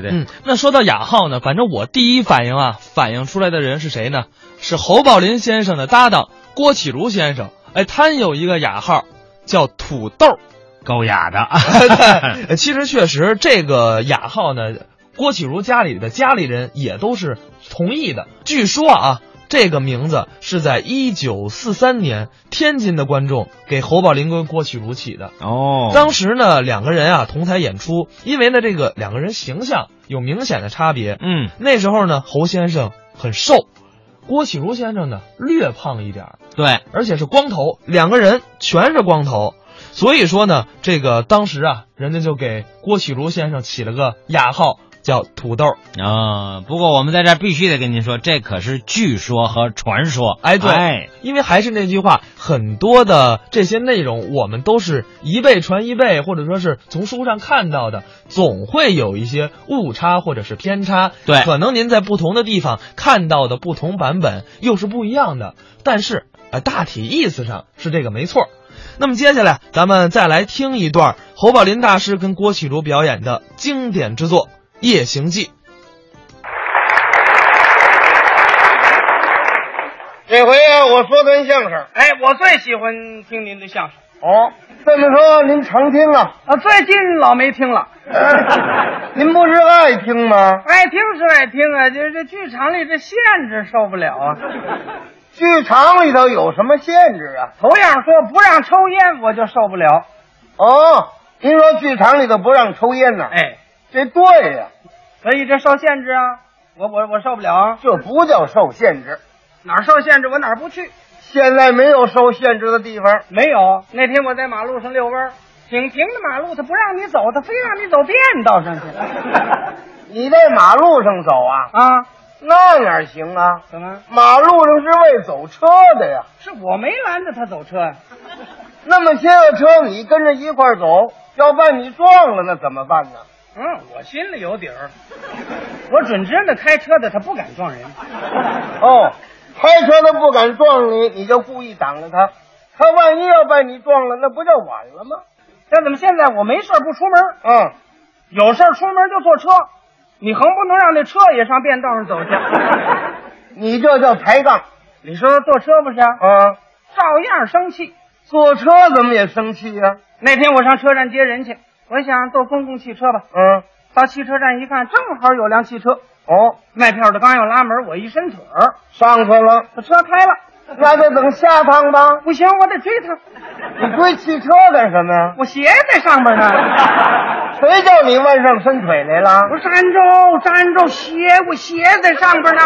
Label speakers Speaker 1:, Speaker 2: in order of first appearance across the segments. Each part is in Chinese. Speaker 1: 对对，
Speaker 2: 嗯，那说到雅号呢，反正我第一反应啊，反映出来的人是谁呢？是侯宝林先生的搭档郭启儒先生。哎，他有一个雅号叫土豆。
Speaker 1: 够雅 的。
Speaker 2: 对，呃其实确实这个雅号呢，郭启儒家里的家里人也都是同意的。据说啊。这个名字是在一九四三年天津的观众给侯宝林跟郭启儒起的。
Speaker 1: 哦，
Speaker 2: 当时呢，两个人啊同台演出，因为呢这个两个人形象有明显的差别。
Speaker 1: 嗯，
Speaker 2: 那时候呢，侯先生很瘦，郭启儒先生呢略胖一点儿，
Speaker 1: 对，
Speaker 2: 而且是光头，两个人全是光头。所以说呢，这个当时啊，人家就给郭启儒先生起了个雅号叫“土豆”。
Speaker 1: 啊、不过我们在这儿必须得跟您说，这可是据说和传说。
Speaker 2: 哎，对，
Speaker 1: 哎
Speaker 2: 因为还是那句话，很多的这些内容，我们都是一辈传一辈，或者说是从书上看到的，总会有一些误差或者是偏差。
Speaker 1: 对
Speaker 2: 可能您在不同的地方看到的不同版本又是不一样的，但是呃，大体意思上是这个没错儿。那么接下来，咱们再来听一段侯宝林大师跟郭启儒表演的经典之作《夜行记》。
Speaker 3: 这回啊，我说段相声
Speaker 4: 哎，我最喜欢听您的相声
Speaker 3: 哦。这么说您常听 啊？
Speaker 4: 啊，最近老没听了。
Speaker 3: 哎您不是爱听吗？
Speaker 4: 爱听是爱听啊，就是这剧场里这限制受不 了啊。
Speaker 3: 剧场里头有什么限制啊？
Speaker 4: 头样说不让抽烟，我就受不了。
Speaker 3: 哦，听说剧场里头不让抽烟呢、
Speaker 4: 哎，
Speaker 3: 这对呀、
Speaker 4: 所以这受限制啊，我我我受不了啊。
Speaker 3: 这不叫受限制。
Speaker 4: 哪儿受限制我哪儿不去？
Speaker 3: 现在没有受限制的地方。
Speaker 4: 没有，那天我在马路上遛弯儿，挺平的马路，他不让你走，他非让你走便道上去。
Speaker 3: 你在马路上走啊？
Speaker 4: 啊，
Speaker 3: 那哪行啊？
Speaker 4: 怎么？
Speaker 3: 马路上是为走车的呀。
Speaker 4: 是我没拦着他走车啊呀？
Speaker 3: 那么些个车你跟着一块儿走，要办你撞了那怎么办呢？
Speaker 4: 嗯，我心里有底儿， 我准知道那开车的他不敢撞人。
Speaker 3: 哦，开车的不敢撞你，你就故意挡着他。他万一要被你撞了，那不就晚了吗？
Speaker 4: 这怎么现在我没事儿不出门，
Speaker 3: 嗯，
Speaker 4: 有事儿出门就坐车？你横不能让那车也上便道上 走去。
Speaker 3: 你这叫抬杠。
Speaker 4: 你说坐车不是啊？
Speaker 3: 啊，
Speaker 4: 照样生气。
Speaker 3: 坐车怎么也生气呀、
Speaker 4: 那天我上车站接人去，我想坐公共汽车吧。
Speaker 3: 嗯，
Speaker 4: 到汽车站一看，正好有辆汽车，
Speaker 3: 哦，
Speaker 4: 卖票的刚要拉门，我一伸腿儿，
Speaker 3: 上去了，
Speaker 4: 把车开了。
Speaker 3: 那就等下趟吧。
Speaker 4: 不行，我得追他，
Speaker 3: 你追汽车干什么呀？
Speaker 4: 我鞋在上边呢。
Speaker 3: 谁叫你弯上伸腿来
Speaker 4: 我
Speaker 3: 了？
Speaker 4: 说站住，站住，鞋，我鞋在上边呢。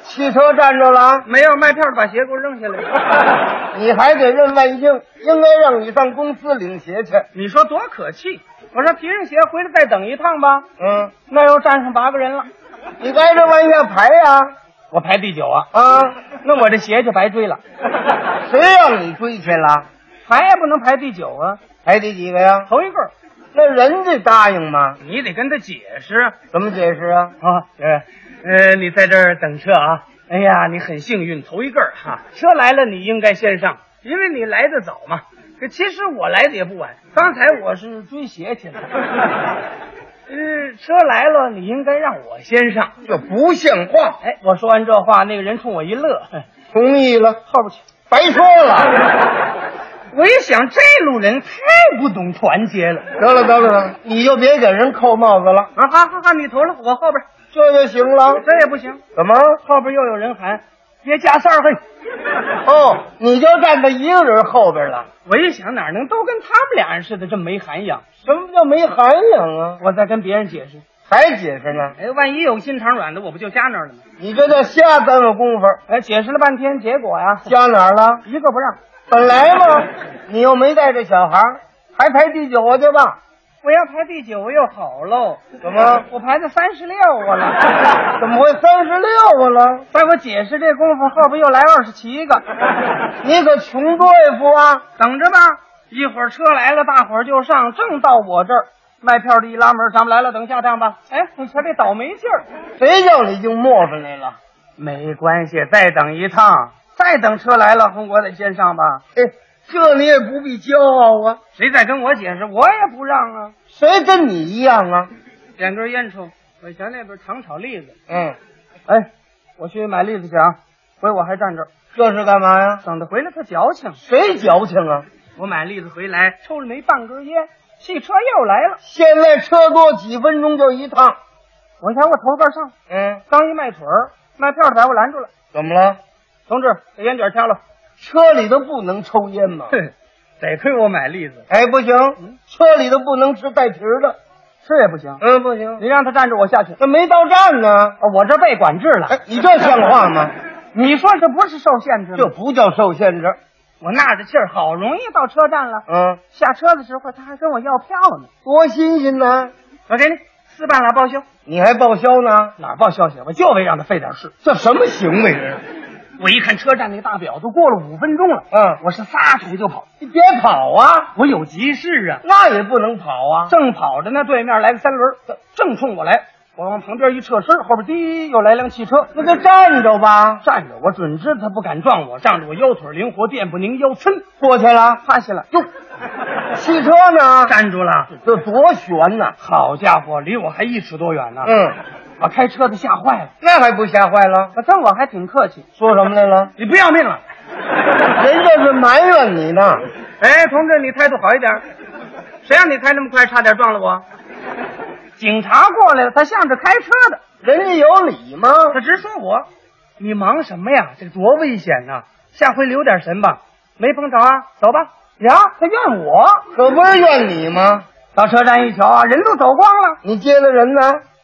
Speaker 3: 汽车站着 了，
Speaker 4: 没有卖票的把鞋给我扔下来了。
Speaker 3: 你还得认万幸，应该让你上公司领鞋去。
Speaker 4: 你说多可气！我说提着鞋回来再等一趟吧，
Speaker 3: 嗯，
Speaker 4: 那又站上八个人了，
Speaker 3: 你挨着往下排呀、
Speaker 4: 我排第九啊，
Speaker 3: 啊，
Speaker 4: 那我这鞋就白 追了，
Speaker 3: 谁让你追去了？
Speaker 4: 排也不能排第九啊，
Speaker 3: 排第几个呀？
Speaker 4: 头一个，
Speaker 3: 那人家答应吗？
Speaker 4: 你得跟他解释
Speaker 3: 怎么解释啊？
Speaker 4: 啊，呃呃，你在这儿等车啊，哎呀，你很幸运，头一个哈、车来了你应该先上，因为你来的早嘛，可其实我来的也不晚，刚才我是追鞋去了， 呃，车来了你应该让我先上。
Speaker 3: 这不像话！
Speaker 4: 哎，我说完这话，那个人冲我一乐，
Speaker 3: 同意了，
Speaker 4: 后边去。
Speaker 3: 白说了。
Speaker 4: 我一想，这路人太不懂团结了。
Speaker 3: 得了得了得了，你就别给人扣帽子了，
Speaker 4: 啊，好好好，你头了，我后边。
Speaker 3: 这就行了。
Speaker 4: 这也不行，
Speaker 3: 怎么？
Speaker 4: 后边又有人喊：“别加塞儿！”嘿，
Speaker 3: 哦，你就站在一个人后边了？
Speaker 4: 我一想，哪能都跟他们俩人似的这么没涵养？
Speaker 3: 什么叫没涵养啊？
Speaker 4: 我再跟别人解释，
Speaker 3: 还解释呢？
Speaker 4: 哎，万一有心肠软的，我不就加那儿了吗？
Speaker 3: 你这叫瞎耽误功夫。
Speaker 4: 哎，解释了半天，结果呀、
Speaker 3: 加哪儿了？
Speaker 4: 一个不让，
Speaker 3: 本来嘛，你又没带着小孩儿，还排第九去 吧？
Speaker 4: 我要排第九又好喽。
Speaker 3: 怎么
Speaker 4: 我排到三十六个了。
Speaker 3: 怎么会三十六个了？
Speaker 4: 在我解释这功夫，后边又来二十七个。
Speaker 3: 你可穷对付啊！
Speaker 4: 等着吧，一会儿车来了，大伙儿就上，正到我这儿，卖票的一拉门，咱们来了，等下趟吧。哎，你瞧这倒霉劲儿，
Speaker 3: 谁叫你就磨出来了？
Speaker 4: 没关系，再等一趟，再等车来了，我得先上吧。
Speaker 3: 嘿，哎这你也不必骄傲啊！
Speaker 4: 谁再跟我解释，我也不让啊。
Speaker 3: 谁跟你一样啊？
Speaker 4: 点根烟抽。我想那边糖炒栗子，
Speaker 3: 嗯，
Speaker 4: 哎，我去买栗子去啊！回我还站这儿，
Speaker 3: 这是干嘛呀？
Speaker 4: 等他回来他矫情。
Speaker 3: 谁矫情啊？
Speaker 4: 我买栗子回来，抽了没半根烟，汽车又来了。
Speaker 3: 现在车多，几分钟就一趟。
Speaker 4: 我想我头盖上，
Speaker 3: 嗯，
Speaker 4: 刚一迈腿儿，卖票的把我拦住了。
Speaker 3: 怎么了？
Speaker 4: 同志，把烟卷掐了。
Speaker 3: 车里头不能抽烟吗？
Speaker 4: 哼， 得亏我买栗子，
Speaker 3: 哎，不行，车里头不能吃带皮儿的。
Speaker 4: 吃也不行。
Speaker 3: 嗯，不行，
Speaker 4: 你让他站着，我下去。
Speaker 3: 那没到站呢。
Speaker 4: 哦我这被管制了。
Speaker 3: 哎，你这像话吗？
Speaker 4: 你说这不是受限制吗？
Speaker 3: 这不叫受限制。
Speaker 4: 我纳着气儿，好容易到车站了。
Speaker 3: 嗯，
Speaker 4: 下车的时候，他还跟我要票呢。
Speaker 3: 多新鲜呢！
Speaker 4: 我给你四半拉报销，
Speaker 3: 你还报销呢？
Speaker 4: 哪儿报销去？我就为让他费点事。
Speaker 3: 这什么行为啊？
Speaker 4: 我一看车站那大表，都过了五分钟了。
Speaker 3: 嗯
Speaker 4: 我是撒腿就跑，
Speaker 3: 你别跑啊，
Speaker 4: 我有急事啊。
Speaker 3: 那也不能跑啊。
Speaker 4: 正跑着呢，对面来个三轮，正冲我来。我往旁边一撤身，后边滴又来辆汽车。
Speaker 3: 那就站着吧，
Speaker 4: 站着，我准知道他不敢撞我，仗着我腰腿灵活，垫步拧腰抻，
Speaker 3: 坐下了。
Speaker 4: 趴下了，哟，
Speaker 3: 汽车呢？
Speaker 4: 站住了。
Speaker 3: 这多悬呐！
Speaker 4: 好家伙，离我还一尺多远呢。，
Speaker 3: 嗯，
Speaker 4: 把开车的吓坏了。
Speaker 3: 那还不吓坏了？
Speaker 4: 我跟我还挺客气，
Speaker 3: 说什么来了？
Speaker 4: 你不要命了？
Speaker 3: 人家是埋怨你呢。
Speaker 4: 哎，同志，你态度好一点。谁让你开那么快，差点撞了我？警察过来了，他向着开车的，
Speaker 3: 人家有理吗？
Speaker 4: 他直说我。你忙什么呀？这多危险呐、下回留点神吧。没碰着啊，走吧。呀，他怨我。
Speaker 3: 可不是怨你吗？
Speaker 4: 到车站一瞧啊，人都走光了，
Speaker 3: 你接了人呢？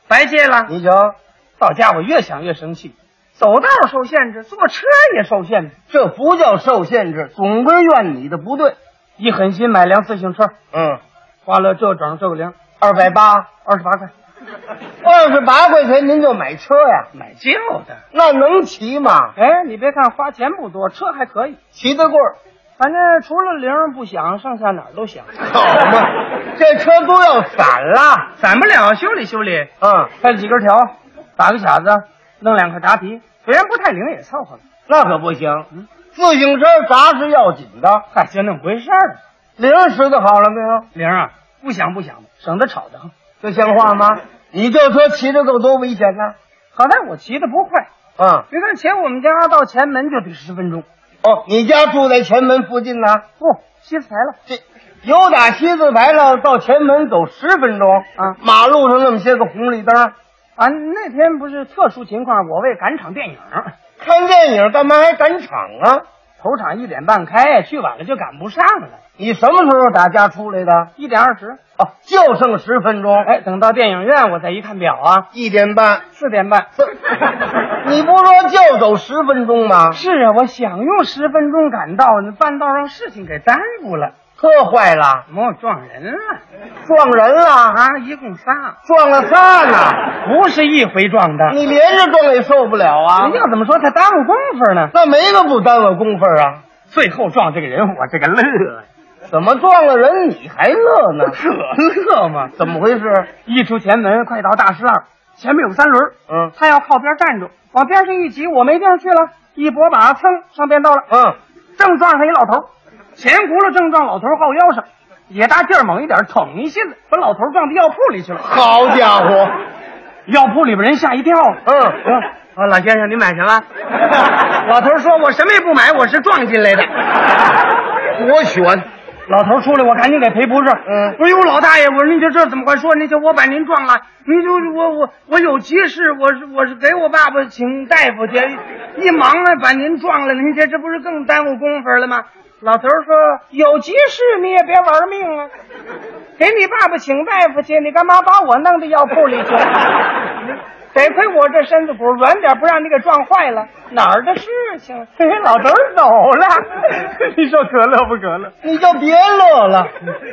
Speaker 4: 白接了。
Speaker 3: 你瞧，
Speaker 4: 到家我越想越生气，走道受限制，坐车也受限制。
Speaker 3: 这不叫受限制，总归怨你的不对。
Speaker 4: 一狠心买辆自行车，
Speaker 3: 嗯，
Speaker 4: 花了这整这个零，
Speaker 3: 二百八，
Speaker 4: 二十八块，
Speaker 3: 二十八块钱您就买车呀？
Speaker 4: 买旧的。
Speaker 3: 那能骑吗？
Speaker 4: 哎，你别看花钱不多，车还可以，
Speaker 3: 骑得过儿，
Speaker 4: 反正除了铃不响，剩下哪儿都响。
Speaker 3: 好嘛， 这车都要散了。
Speaker 4: 散不了，修理修理，
Speaker 3: 嗯，
Speaker 4: 配几根条，打个卡子，弄两块炸皮，虽然不太灵也凑合了。
Speaker 3: 那可不行，自行车砸是要紧的。
Speaker 4: 嗨，就那么回事儿。
Speaker 3: 铃儿拾的好了没有？
Speaker 4: 铃啊，不响不响的，省得吵得慌。
Speaker 3: 这像话吗？你这车骑着够多危险呐！
Speaker 4: 好在我骑的不快，
Speaker 3: 啊、
Speaker 4: 别看前我们家到前门就得十分钟，
Speaker 3: 哦，你家住在前门附近呢？
Speaker 4: 不、西四台了。
Speaker 3: 这由打西字牌了到前门走十分钟
Speaker 4: 啊
Speaker 3: 马路上那么些个红绿灯，
Speaker 4: 啊，那天不是特殊情况，我为赶场电影，
Speaker 3: 看电影干嘛还赶场啊？
Speaker 4: 头场一点半开，去晚了就赶不上了，
Speaker 3: 你什么时候打家出来的？
Speaker 4: 一点二十。
Speaker 3: 哦，就剩十分钟，
Speaker 4: 哎，等到电影院我再一看表啊，
Speaker 3: 一点半。
Speaker 4: 四点半。
Speaker 3: 你不说就走十分钟吗？
Speaker 4: 是啊，我想用十分钟赶到，那半道让事情给耽误了，
Speaker 3: 车坏了，
Speaker 4: 没有撞人了
Speaker 3: 撞人了，
Speaker 4: 啊，一共 仨，
Speaker 3: 撞了仨呢。
Speaker 4: 不是一回撞的。
Speaker 3: 你连着撞也受不了啊！
Speaker 4: 人要怎么说，他耽误功夫呢。
Speaker 3: 那没个不耽误功夫啊！
Speaker 4: 最后撞这个人，我这个乐呀，
Speaker 3: 怎么撞了人你还乐呢？
Speaker 4: 可乐 嘛！
Speaker 3: 怎么回事？
Speaker 4: 嗯一出前门，快到大石栏，前面有三轮，
Speaker 3: 嗯
Speaker 4: 他要靠边站住，往边上一挤，我没地方去了，一拨把，噌上便道了。
Speaker 3: 嗯，
Speaker 4: 正撞上一老头，前轱辘正撞老头后腰上，也大劲儿猛一点，捅一下子把老头撞到药铺里去了。
Speaker 3: 好家 伙！
Speaker 4: 药铺里边人吓一跳。
Speaker 3: 嗯，
Speaker 4: 啊，老先生，您买什么？ 老头说：“我什么也不买，我是撞进来的。
Speaker 3: 我选。”
Speaker 4: 老头出来，我赶紧给赔不是。
Speaker 3: 嗯
Speaker 4: 我说：“哟，老大爷，我说您这这怎么会说？您就我把您撞了，您就我我我有急事，我是我是给我爸爸请大夫去，一忙啊把您撞了，您这这不是更耽误工夫了吗？”老头说：“有急事你也别玩命啊，给你爸爸请大夫去，你干嘛把我弄到药铺里去？得亏我这身子骨软点，不让你给撞坏了，哪儿的事情？嘿，老头儿走了， 你说可乐不可乐？
Speaker 3: 你就别乐了，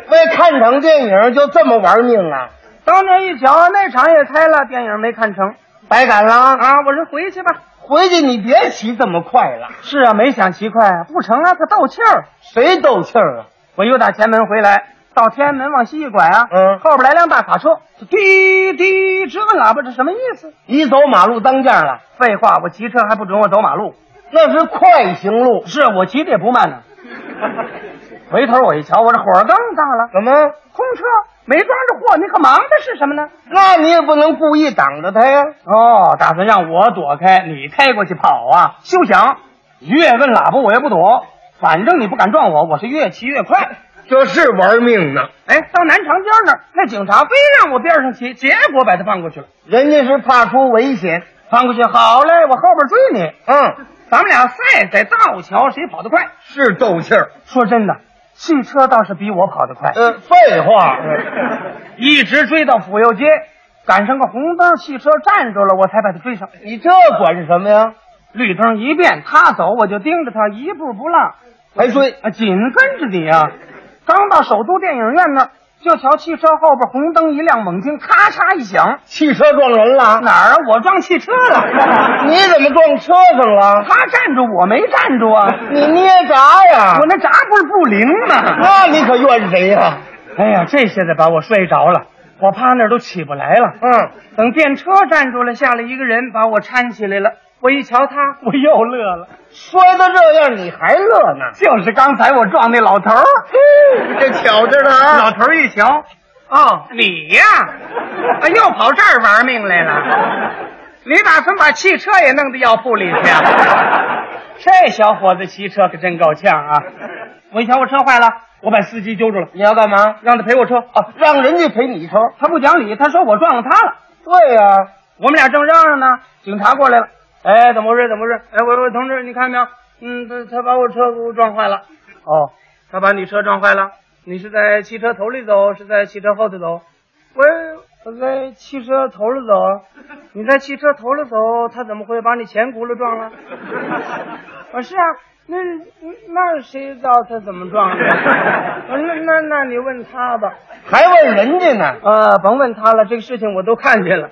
Speaker 3: 为看场电影就这么玩命啊？
Speaker 4: 到那一瞧，那场也开了，电影没看成
Speaker 3: 白赶了，
Speaker 4: 啊，我说回去吧。
Speaker 3: 回去你别骑这么快了，
Speaker 4: 是啊，没想骑快，不成啊，他斗气儿。
Speaker 3: 谁斗气儿啊？
Speaker 4: 我又打前门回来，到天安门往西一拐啊，
Speaker 3: 嗯
Speaker 4: 后边来辆大卡车，滴滴，直摁喇叭，这什么意思？
Speaker 3: 你走马路当间了，
Speaker 4: 废话，我骑车还不准我走马路，
Speaker 3: 那是快行路，
Speaker 4: 是我骑的也不慢呢、回头我一瞧，我这火更大了，
Speaker 3: 怎么？
Speaker 4: 空车没装着货，你可忙的是什么呢？
Speaker 3: 那你也不能故意挡着他呀。
Speaker 4: 哦，打算让我躲开，你开过去跑啊？休想！越问喇叭我越不躲，反正你不敢撞我，我是越骑越快。
Speaker 3: 这是玩命呢，
Speaker 4: 哎，到南长街那儿，那警察非让我边上骑，结果把他放过去了。
Speaker 3: 人家是怕出危险。
Speaker 4: 翻过去，好嘞，我后边追你。
Speaker 3: 嗯，
Speaker 4: 咱们俩赛在道桥，谁跑得快？
Speaker 3: 是斗气儿。
Speaker 4: 说真的，汽车倒是比我跑得快。
Speaker 3: 呃，废 话，
Speaker 4: 一直追到府右街，赶上个红灯，汽车站住了，我才把他追上。
Speaker 3: 你这管什么呀？
Speaker 4: 绿灯一变，他走我就盯着他，一步不落，
Speaker 3: 还追？
Speaker 4: 啊，紧跟着你啊！刚到首都电影院那儿，就瞧汽车后边红灯一亮，猛听咔嚓一响，
Speaker 3: 汽车撞人了？
Speaker 4: 哪儿啊？我撞汽车了！
Speaker 3: 你怎么撞车上了？
Speaker 4: 他站住，我没站住啊！
Speaker 3: 你捏闸呀
Speaker 4: 我？那闸不是不灵吗？
Speaker 3: 那你可怨谁呀？
Speaker 4: 哎呀，这下子把我摔着了，我趴那儿都起不来了。
Speaker 3: 嗯，
Speaker 4: 等电车站住了，下来一个人把我搀起来了。我一瞧他，我又乐了，
Speaker 3: 摔得这样你还乐呢？
Speaker 4: 就是刚才我撞那老头儿。
Speaker 3: 这巧着呢啊！
Speaker 4: 老头儿一瞧，哦，你呀、
Speaker 3: 哦
Speaker 4: 啊又跑这儿玩命来了。你打算把汽车也弄到药铺里去、 啊？这小伙子骑车可真够呛啊！我一瞧我车坏了，我把司机揪住了，
Speaker 3: 你要干嘛？
Speaker 4: 让他赔我车啊！
Speaker 3: 让人家赔你车？
Speaker 4: 他不讲理，他说我撞了他了。
Speaker 3: 对呀，
Speaker 4: 我们俩正嚷嚷呢，警察过来了。哎，怎么回事？怎么回事？哎，我我同志，你看没有？嗯，他他把我车给我撞坏了。
Speaker 3: 哦，
Speaker 4: 他把你车撞坏了。你是在汽车头里走，是在汽车后头走？我我在汽车头里走啊。你在汽车头里走，他怎么会把你前轱辘撞了？我是啊，那那谁知道他怎么撞的？我说那那那你问他吧。
Speaker 3: 还问人家呢？
Speaker 4: 呃，甭问他了，这个事情我都看见 了。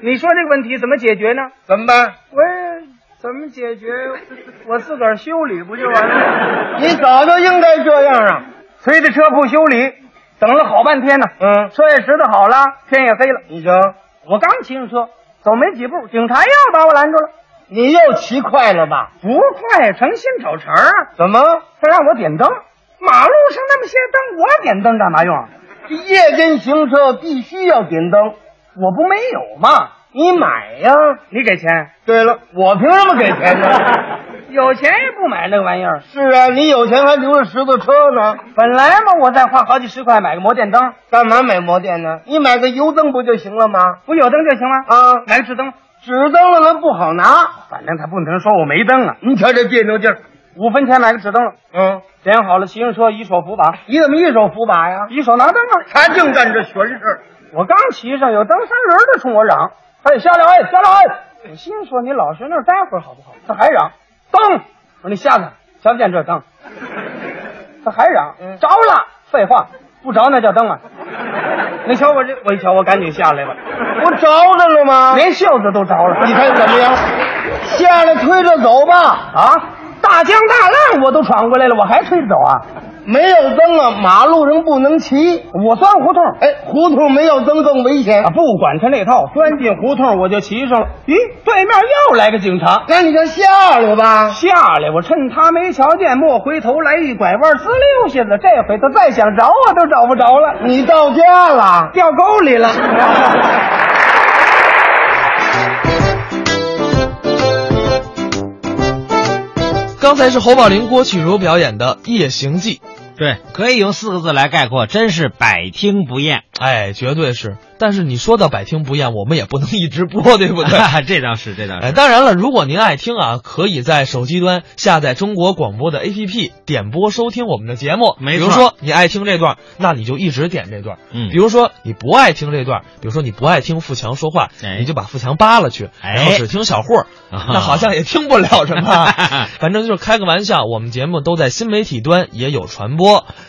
Speaker 4: 你说这个问题怎么解决呢？
Speaker 3: 怎么办？
Speaker 4: 我怎么解决？我自个儿修理不就完了？
Speaker 3: 你早就应该这样啊！
Speaker 4: 随着车库修理，等了好半天呢。
Speaker 3: 嗯，
Speaker 4: 车也拾掇好了，天也黑了。
Speaker 3: 你瞧，
Speaker 4: 我刚骑上车，走没几步，警察又把我拦住了。
Speaker 3: 你又骑快了吧？
Speaker 4: 不快，成心找茬儿啊！
Speaker 3: 怎么？
Speaker 4: 他让我点灯，马路上那么些灯，我点灯干嘛用啊？
Speaker 3: 夜间行车必须要点灯，
Speaker 4: 我不没有吗？
Speaker 3: 你买呀。
Speaker 4: 你给钱，
Speaker 3: 对了，我凭什么给钱呢？
Speaker 4: 有钱也不买那玩意儿。
Speaker 3: 是啊，你有钱还留着石头车呢，
Speaker 4: 本来嘛，我再花好几十块买个摩电灯，
Speaker 3: 干嘛买摩电呢？你买个油灯不就行了吗？
Speaker 4: 不有灯就行了啊，
Speaker 3: 啊，
Speaker 4: 买个纸灯，
Speaker 3: 纸灯了那不好拿，
Speaker 4: 反正他不能说我没灯啊。
Speaker 3: 你瞧这别扭劲儿。
Speaker 4: 五分钱买个纸灯了，
Speaker 3: 嗯，
Speaker 4: 点好了，骑上车，一手扶把，
Speaker 3: 你怎么一手扶把呀？
Speaker 4: 一手拿灯啊。
Speaker 3: 他净干这悬事。
Speaker 4: 我刚骑上，有蹬三轮的冲我嚷：“哎，下来！哎，下来！哎！”我心说你老实那儿待会儿好不好？他还嚷：“蹬！”我说你下来，瞧不见这灯。他还嚷：“
Speaker 3: 嗯
Speaker 4: 着了！”废话，不着那叫灯啊！你瞧我这，我一瞧我赶紧下来了，
Speaker 3: 不着着了吗？
Speaker 4: 连袖子都着了。
Speaker 3: 你看怎么样？下来推着走吧，
Speaker 4: 啊，大江大浪我都闯过来了，我还推着走啊？
Speaker 3: 没有灯啊，马路上不能骑。
Speaker 4: 我钻胡同
Speaker 3: 哎，胡同没有灯更危险
Speaker 4: 啊，。不管他那套，钻进胡同我就骑上了。咦，对面又来个警察，
Speaker 3: 那你就下来吧。
Speaker 4: 下来，我趁他没瞧见，莫回头来一拐弯，滋溜下子。这回他再想找我都找不着了，
Speaker 3: 你到家了，
Speaker 4: 掉沟里 了。
Speaker 2: 刚才是侯宝林、郭曲如表演的《夜行记》，
Speaker 1: 对，可以用四个字来概括，真是百听不厌。
Speaker 2: 哎，绝对是。但是你说到百听不厌，我们也不能一直播，对不 对？
Speaker 1: 这倒是，这倒
Speaker 2: 哎，
Speaker 1: 是。
Speaker 2: 当然了，如果您爱听啊，可以在手机端下载中国广播的 APP 点播收听我们的节目。
Speaker 1: 没
Speaker 2: 比如
Speaker 1: 错
Speaker 2: 说你爱听这段，那你就一直点这段。
Speaker 1: 嗯
Speaker 2: 比如说你不爱听这段，比如说你不爱听富强说话，
Speaker 1: 哎
Speaker 2: 你就把富强扒了去，
Speaker 1: 哎
Speaker 2: 然后只听小霍，
Speaker 1: 啊
Speaker 2: 那好像也 听不了什么。反正就是开个玩笑，我们节目都在新媒体端也有传播。